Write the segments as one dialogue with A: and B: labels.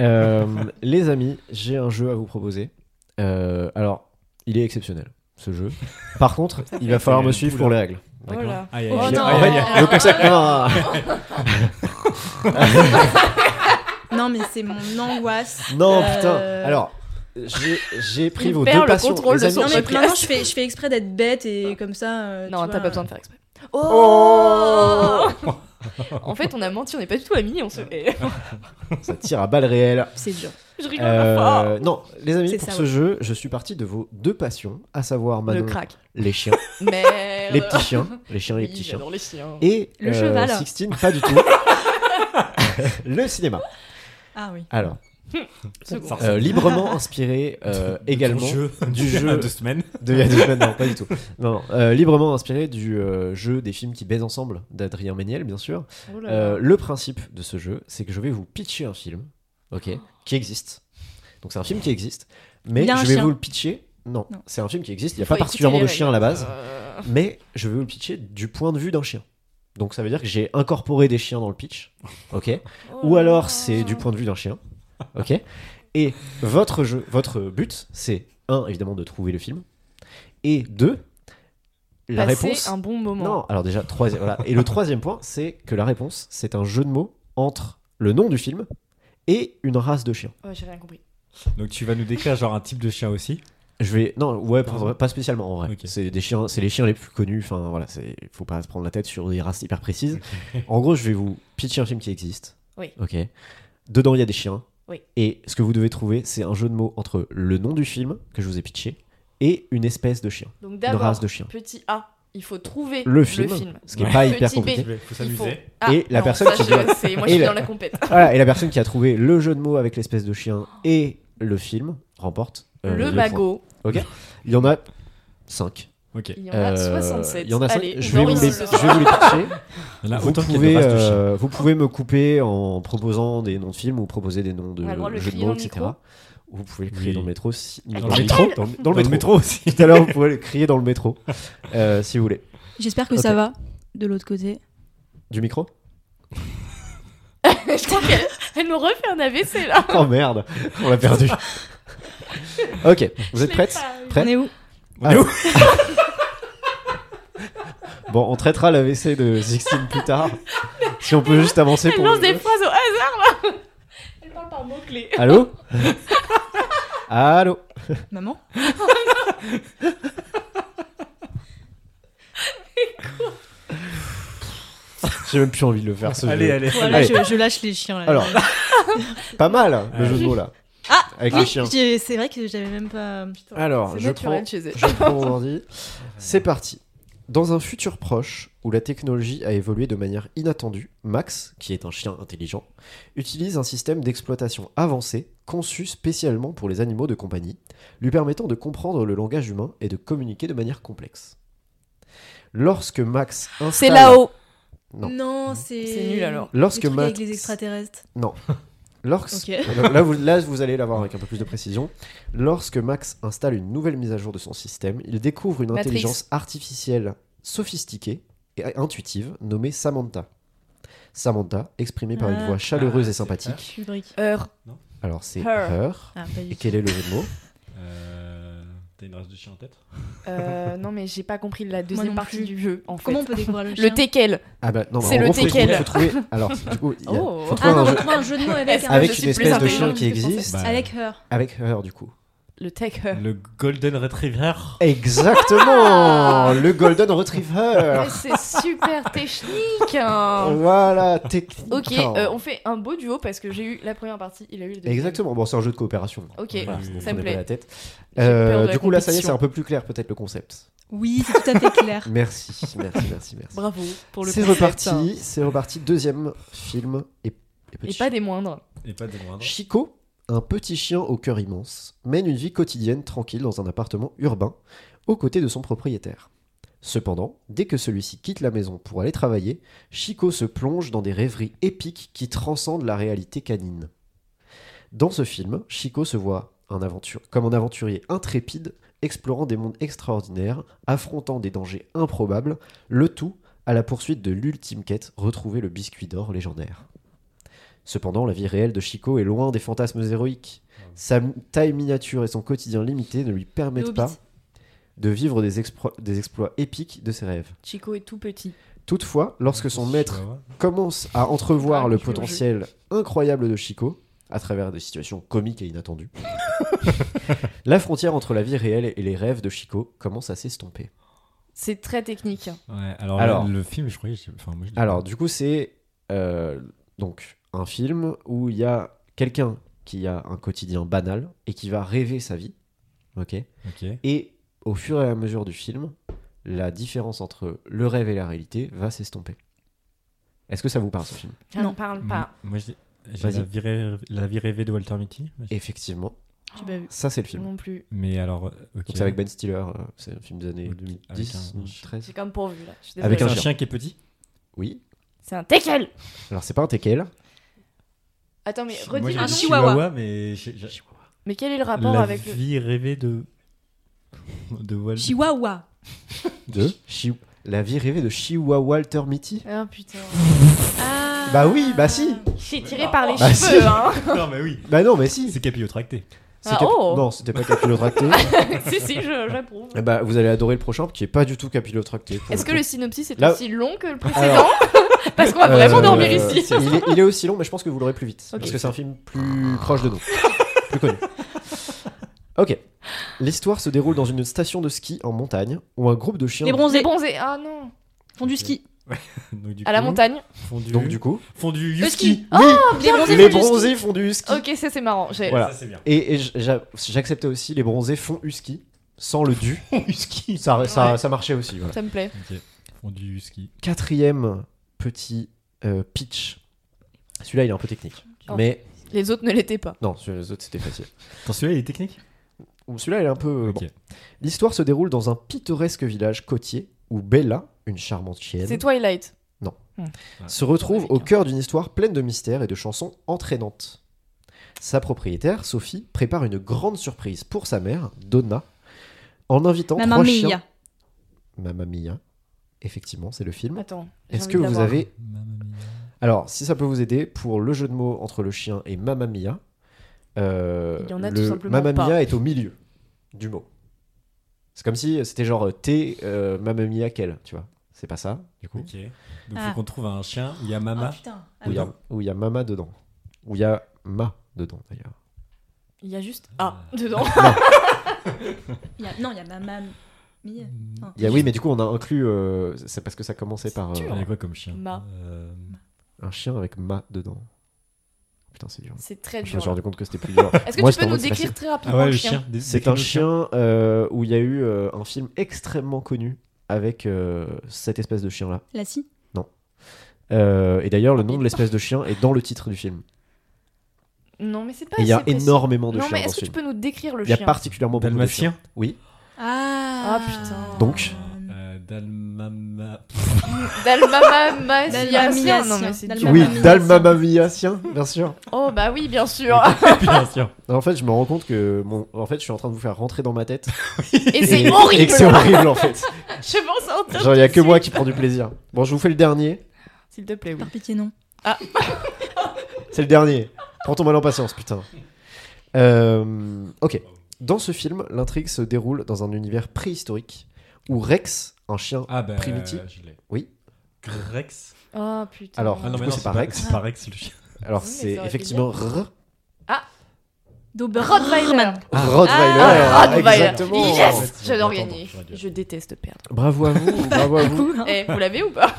A: Euh, les amis, j'ai un jeu à vous proposer. Euh, alors, il est exceptionnel, ce jeu. Par contre, il va falloir me suivre pour les règles. D'accord
B: Voilà.
C: Aïe, aïe,
B: Oh
C: aïe.
B: non.
C: Aïe, aïe, aïe.
A: Le concept- non, non,
B: Non, mais c'est mon angoisse.
A: non, non,
B: Euh,
A: putain. Alors, j'ai- j'ai pris
D: Il
A: vos
D: perd
A: deux
D: le
A: passions.
D: contrôle
A: les
D: de
A: amis.
D: son
B: Non, mais
D: podcast.
B: maintenant, je fais, je fais exprès d'être bête
A: Ah.
B: et comme ça. euh, tu
D: Non, t'as
B: vois, euh,
D: pas besoin de faire exprès.
B: Oh
D: En fait, on a menti, on n'est pas du tout amis, on se. et-
A: Ça tire à balles réelles.
B: C'est dur.
D: Je rigole pas fort.
A: Euh, non, les amis,
B: C'est
A: pour
B: ça,
A: ce
B: ouais.
A: jeu, je suis parti de vos deux passions, à savoir
D: Le
A: Manon,
D: crack.
A: les chiens,
D: Merde.
A: bah les petits chiens, les chiens, et les
D: Oui,
A: petits chiens.
D: j'adore les chiens.
A: Et
B: Le
A: euh,
B: cheval.
A: Sixtine, pas du tout. le cinéma.
B: Ah oui.
A: Alors,
D: Second.
C: Ça ressemble
A: euh, librement inspiré euh, également
C: au jeu
A: du
C: il y a
A: jeu
C: deux semaines.
A: de il y a deux semaines, non, pas du tout. Non, non, euh, librement inspiré du euh, jeu des films qui baisent ensemble d'Adrien Méniel, bien sûr.
D: Oh là là.
A: Euh, le principe de ce jeu, c'est que je vais vous pitcher un film, ok, qui existe. Donc c'est un film qui existe, mais
B: Il y a un
A: je vais
B: chien.
A: vous le pitcher. Non,
B: Non.
A: c'est un film qui existe. Il n'y a
D: Faut
A: pas
D: écouter
A: particulièrement
D: les
A: de
D: règles.
A: chien à la base,
D: Euh,
A: mais je vais vous le pitcher du point de vue d'un chien. Donc ça veut dire que j'ai incorporé des chiens dans le pitch, ok.
D: oh
A: Ou
D: là
A: alors
D: là.
A: c'est du point de vue d'un chien. Ok Et votre jeu, votre but, c'est un évidemment de trouver le film et deux la
D: Passer
A: réponse.
D: un bon moment.
A: Non, alors déjà troisième voilà. Et le troisième point, c'est que la réponse, c'est un jeu de mots entre le nom du film et une race de chien.
D: Ouais, j'ai rien compris.
C: Donc tu vas nous décrire genre un type de chien aussi.
A: Je vais non, ouais, pas,
C: Pardon.
A: pas spécialement en vrai.
C: Ok.
A: C'est des chiens, c'est les chiens les plus connus, enfin voilà, c'est faut pas se prendre la tête sur des races hyper précises. En gros, je vais vous pitcher un film qui existe.
D: Oui.
A: Ok. Dedans, il y a des chiens.
D: Oui.
A: Et ce que vous devez trouver, c'est un jeu de mots entre le nom du film que je vous ai pitché et une espèce de chien,
D: Donc
A: une
D: d'abord,
A: race de chien.
D: petit A, il faut trouver
A: Le film, ce qui est
C: Ouais.
A: pas hyper
D: Petit
A: compliqué.
D: B.
C: faut
D: Il faut-
C: s'amuser.
D: Ah,
A: Et la
D: non,
A: personne
D: ça,
A: qui
D: je-
A: doit-
D: c'est- Moi,
A: Et
D: je suis
A: la-
D: dans la compète.
A: Voilà, et la personne qui a trouvé le jeu de mots avec l'espèce de chien et le film remporte euh,
D: Le
A: point.
D: magot,
A: Il y en a 5.
C: Ok.
D: il y en a 67.
A: Euh, Il y en a cinq.
D: Allez,
A: Je vais, vous
D: Boris,
A: les,
D: le
A: je vais vous les pitcher.
C: Il y en a
A: vous,
C: Ah, autant qu'il y a de
A: pouvez,
C: races de chiens.
A: euh, vous pouvez me couper en proposant des noms de films ou proposer des noms de
D: On a le droit de le
A: jeux de
D: crier
A: mots,
D: dans le
A: etc.
D: micro
A: Vous pouvez le crier
C: Oui.
A: dans le métro. si-
C: Dans le métro
A: Dans, le-
C: Dans
A: dans le métro.
C: aussi.
A: Tout à l'heure, vous pouvez le crier dans le métro, euh, si vous voulez.
B: J'espère que
A: Ok.
B: ça va de l'autre côté.
A: Du micro
D: je crois qu'elle elle nous refait un AVC là.
A: Oh merde, on l'a perdu. ok, vous
D: Je
A: êtes
D: l'ai
A: prêtes Ah.
D: pas eu.
A: Prêt
B: On est où
C: On est où
A: Bon, on traitera l'AVC de Sixtine plus tard. Si on peut juste avancer
D: Elle
A: pour.
D: lance des phrases au hasard là. Elle parle par mots-clés.
A: Allô Allô
B: Maman
A: J'ai même plus envie de le faire ce
C: Allez,
A: jeu.
C: allez.
B: Voilà,
A: Allez.
B: Je, je lâche les chiens là.
A: Alors, pas mal hein, le jeu de mots là.
B: Ah,
A: Avec
B: oui,
A: les chiens.
B: j'ai- c'est vrai que j'avais même pas. euh,
A: Alors,
D: C'est
A: je
D: naturel
A: prends,
D: chez elle.
A: je prends mon ordi. C'est parti. Dans un futur proche où la technologie a évolué de manière inattendue, Max, qui est un chien intelligent, utilise un système d'exploitation avancé conçu spécialement pour les animaux de compagnie, lui permettant de comprendre le langage humain et de communiquer de manière complexe. Lorsque Max
D: C'est
A: installe...
D: là-haut.
A: Non.
B: Non, c'est.
D: C'est nul, alors.
A: Lorsque
B: Les trucs Avec
A: Max-
B: les extraterrestres.
A: Lorsque...
B: Ok.
A: là, vous, là, vous allez l'avoir avec un peu plus de précision. Lorsque Max installe une nouvelle mise à jour de son système, il découvre une
D: Matrix.
A: intelligence artificielle sophistiquée et intuitive nommée Samantha. Samantha, exprimée par une
B: Ah.
A: voix chaleureuse
C: Ah,
A: et
C: c'est
A: sympathique.
B: Kubrick.
D: Heure.
A: Alors, c'est
D: Her.
A: Her.
B: Ah, pas du
A: Et
B: tout.
A: quel est le jeu de mots
C: Euh, T'as une race de chien en tête
D: Euh, non mais j'ai pas compris la deuxième
B: non
D: partie
B: plus.
D: du jeu en fait.
B: Comment on peut découvrir le chien
D: le teckel.
A: Ah bah non, mais
D: C'est
A: en
D: le
A: gros, faut-
D: teckel.
A: faut trouver. Alors, du coup, il y a-
D: Oh. Ah,
A: faut trouver
B: Ah non,
A: un
B: on
A: jeu
B: trouve un jeu de mots avec, hein. un...
A: avec
D: je
A: une
D: suis plus
A: espèce de chien
D: intelligente
A: qui
D: que je pensais.
A: existe.
C: Bah,
B: avec Her.
A: Avec Her, du coup.
D: Le teckel.
C: Le Golden Retriever.
A: Exactement Le Golden Retriever
D: Mais C'est super technique. hein.
A: Voilà, technique.
D: Ok,
A: Enfin,
D: euh, on fait un beau duo parce que j'ai eu la première partie, il a eu le deuxième.
A: Exactement. Bon, c'est un jeu de coopération. hein.
D: Ok,
C: Voilà,
A: vous prenez
C: ça
D: me
A: pas
D: plaît.
A: la tête.
D: J'ai peur de
A: Euh,
D: la
A: du coup, là, ça y est,
D: compétition.
A: c'est un peu plus clair peut-être le concept.
B: Oui, c'est tout à fait clair.
A: Merci, merci, merci, merci.
D: Bravo pour le
A: C'est
D: concept, hein.
A: reparti, c'est reparti. Deuxième film et, et petit
D: Et pas des moindres.
C: Et pas des moindres.
A: Chico, un petit chien au cœur immense, mène une vie quotidienne tranquille dans un appartement urbain, aux côtés de son propriétaire. Cependant, dès que celui-ci quitte la maison pour aller travailler, Chico se plonge dans des rêveries épiques qui transcendent la réalité canine. Dans ce film, Chico se voit un aventure- comme un aventurier intrépide, explorant des mondes extraordinaires, affrontant des dangers improbables, le tout à la poursuite de l'ultime quête, retrouver le biscuit d'or légendaire. Cependant, la vie réelle de Chico est loin des fantasmes héroïques. Sa m- taille miniature et son quotidien limité ne lui permettent
B: Hobbit.
A: pas de vivre des, expro- des exploits épiques de ses rêves.
B: Chico est tout petit.
A: Toutefois,
C: Bah,
A: lorsque son maître
C: Chihuahua.
A: commence à entrevoir
B: Ah,
A: le
B: tu veux le
A: potentiel incroyable de Chico à travers des situations comiques et inattendues, la frontière entre la vie réelle et les rêves de Chico commence à s'estomper.
B: C'est très technique.
C: Ouais, alors,
A: Alors.
C: le, le film, je croyais. je- Enfin, moi, je l'ai
A: Alors,
C: pas.
A: du coup, c'est euh, donc un film où il y a quelqu'un qui a un quotidien banal et qui va rêver sa vie. Ok.
C: Ok.
A: Et au fur et à mesure du film, la différence entre le rêve et la réalité va s'estomper. Est-ce que ça vous parle ce film
B: Ça
D: Non.
B: ne
A: Mm.
B: parle pas.
C: Moi, j'ai j'ai
A: Vas-y.
C: la, vie rêvée- la vie rêvée de Walter Mitty.
A: Effectivement,
B: J'ai pas vu.
A: ça c'est le film.
B: Non plus.
C: Mais alors, euh, ok.
A: Donc c'est avec Ben Stiller, euh, c'est un film des années
C: Ok,
A: 2010,
C: avec un-
A: 2013.
D: J'ai comme pourvu là. Je suis
A: Avec
C: C'est
A: un
C: un
A: chien.
C: chien. qui est petit.
A: Oui.
B: C'est un teckel
A: Alors c'est pas un teckel.
D: Attends, mais
C: Moi,
D: redis
C: j'ai
D: le nom.
C: dit
B: Chihuahua.
C: mais j'ai- j'ai-
B: Mais quel est le rapport
C: la
B: avec le...
C: vie rêvée de de Walter.
B: Chihuahua
A: De Chi- La vie rêvée de Chihuahua Walter Mitty.
B: Ah putain. Ah.
A: Bah oui, bah si.
D: J'ai tiré par les
A: Bah,
D: cheveux,
A: si.
D: hein.
C: non, mais oui.
A: Bah non, mais si.
C: C'est capillotracté.
A: C'est
D: Ah,
A: cap-
D: oh.
A: Non, c'était pas capillotracté.
D: si, si, je- j'approuve.
A: Eh bah vous allez adorer le prochain qui est pas du tout capillotracté. pour
D: Est-ce
A: le
D: que
A: coup.
D: le synopsis est
A: Là-
D: aussi long que le précédent
A: Alors,
D: Parce qu'on va vraiment
A: euh,
D: dormir ici.
A: Il est, il est aussi long, mais je pense que vous l'aurez plus vite.
D: Ok.
A: Parce que c'est un film plus proche de nous. plus connu. Ok. L'histoire se déroule dans une station de ski en montagne où un groupe de chiens.
B: Les bronzés
D: Les bronzés. Ah non.
B: font du ski.
C: Donc, du
D: À
A: Mmh.
D: la
C: coup,
D: montagne.
C: Fondu.
A: Donc du coup,
C: fondu
B: Le
C: yuski.
B: ski. Ah, Oh,
A: oui,
B: Les bronzés
A: les
B: font du ski.
A: bronzés font du ski.
D: Ok, ça c'est marrant. J'ai-
A: Voilà.
C: Ça, c'est bien.
A: Et, et j- j'a- j'acceptais aussi les bronzés font husky sans le du. husky. Ça, ça,
D: Ouais.
A: ça marchait aussi. voilà.
D: Ça me plaît.
C: Ok. Fondu yuski.
A: Quatrième petit euh, pitch. Celui-là, il est un peu technique.
D: Oh.
A: Mais
D: Les autres ne l'étaient pas.
A: non, celui-là, les autres, c'était facile.
C: Attends, celui-là, il est technique
A: Celui-là, il est un peu.
C: Ok.
A: bon. L'histoire se déroule dans un pittoresque village côtier où Bella, une charmante
D: C'est
A: chienne,
D: Twilight.
A: se retrouve au
D: Américain.
A: cœur d'une histoire pleine de mystères et de chansons entraînantes. Sa propriétaire, Sophie, prépare une grande surprise pour sa mère, Donna, en invitant
B: Mamma
A: trois chiens.
B: mia.
A: Mamma Mia. Effectivement, c'est le film.
D: Attends. j'ai
A: Est-ce
D: envie
A: que
D: de
A: vous
D: l'avoir.
A: avez.
C: Mamma mia.
A: Alors, si ça peut vous aider, pour le jeu de mots entre le chien et Mamma Mia, euh,
D: Il y en a tout
A: le
D: simplement
A: Mamma
D: pas.
A: Mia est au milieu du mot. C'est comme si c'était genre euh, t'es euh, Mamma Mia quelle, tu vois. C'est pas ça, du coup.
C: Ok. Donc,
B: Ah.
C: faut qu'on trouve un chien où il y
A: Ah,
C: a Mama.
B: Oh, putain.
D: Ah
A: Où il y, a- où il y a Mama dedans. Où il y a Ma dedans, d'ailleurs.
D: Il y a juste Ah dedans.
B: Non, il y a Mamma mia.
C: Hmm.
A: Il y a- oui, mais du coup, on a inclus. euh, c'est parce que ça commençait par euh,
C: Il y a quoi comme chien
D: Ma.
C: Euh,
A: un chien avec Ma dedans. Putain, c'est dur.
D: C'est très
A: Je me
D: dur.
A: suis rendu compte que c'était plus dur.
D: Est-ce que
A: Moi,
D: tu
A: j'étais
D: peux
A: en
D: nous
A: mode, c'est
D: décrire
A: facile.
D: très rapidement
C: Ah ouais,
D: le
C: le
D: chien,
C: chien. Des-
A: C'est
C: des
A: un
C: kilos de
A: chien euh, où il y a eu euh, un film extrêmement connu avec euh, cette espèce de chien-là.
B: La scie.
A: Euh, et d'ailleurs, le nom de l'espèce de chien est dans le titre du film.
D: Non, mais Ah, c'est pas
A: Et il y a
D: assez précis.
A: énormément de
D: Non,
A: chiens
D: mais
A: dans
D: est-ce
A: ce
D: que tu
A: film.
D: peux nous décrire le
A: Il y a
D: chien
A: particulièrement beaucoup de chiens.
C: Dalmatien
A: Oui.
B: Ah.
D: Ah, putain.
A: Donc
C: Euh, Dalmama.
D: Dalmama
B: Dalmamia,
D: Ah, Non, mais c'est
B: Dalmamia.
D: dur.
A: Oui,
B: Dalmamamia-sien.
A: Dalmamamia-sien, bien sûr.
D: Oh bah oui, bien sûr.
C: Bien sûr.
A: En fait, je me rends compte que mon... en fait, je suis en train de vous faire rentrer dans ma tête.
D: Et c'est
A: Et-
D: horrible.
A: Et que c'est horrible en fait.
D: Je pense sortir.
A: Genre, il y a que moi qui prends du plaisir. Bon, je vous fais le dernier.
D: S'il te plaît, oui.
B: Euh, Par pitié, non.
A: C'est le dernier. Prends ton mal en patience, putain. Euh, ok. Dans ce film, l'intrigue se déroule dans un univers préhistorique où Rex, un chien.
C: Ah bah.
A: Primiti.
C: euh, je l'ai.
A: Oui.
C: Grex.
D: Oh putain.
A: Alors,
C: Ah non,
A: Du
C: mais
A: coup,
C: non,
A: c'est pas Rex.
C: C'est pas Rex le chien.
A: Alors,
D: Oui, mais
A: c'est
D: ça aurait pu
A: effectivement R-
D: Rottweiler.
A: Rottweiler.
D: Ah, Rottweiler.
A: Exactement.
D: Yes, j'adore
C: Attends,
D: gagner.
C: attends, j'aurais dû-
D: Je déteste perdre.
A: Bravo à vous, bravo à vous,
D: Eh, vous l'avez ou pas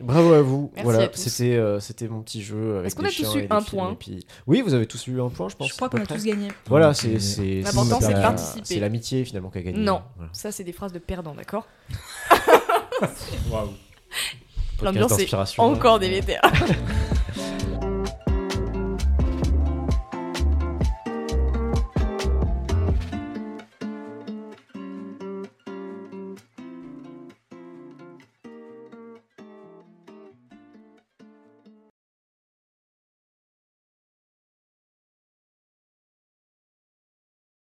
A: bravo à vous.
D: Merci
A: voilà,
D: à tous.
A: c'était euh, c'était mon petit jeu. avec
D: Est-ce qu'on
A: des
D: a tous
A: chiens
D: eu
A: et des
D: un
A: films,
D: point
A: et puis- Oui, vous avez tous eu un point, je pense.
B: Je crois
A: à peu
B: qu'on a
A: près.
B: tous gagné.
A: Voilà, c'est c'est
D: L'important,
A: c'est
D: c'est de
A: la-
D: participer.
A: C'est l'amitié finalement qui a gagné.
D: Non.
A: Voilà.
D: Ça, c'est des phrases de perdants, d'accord
C: Waouh.
A: Podcast
D: L'ambiance est
A: d'inspiration.
D: encore délétère.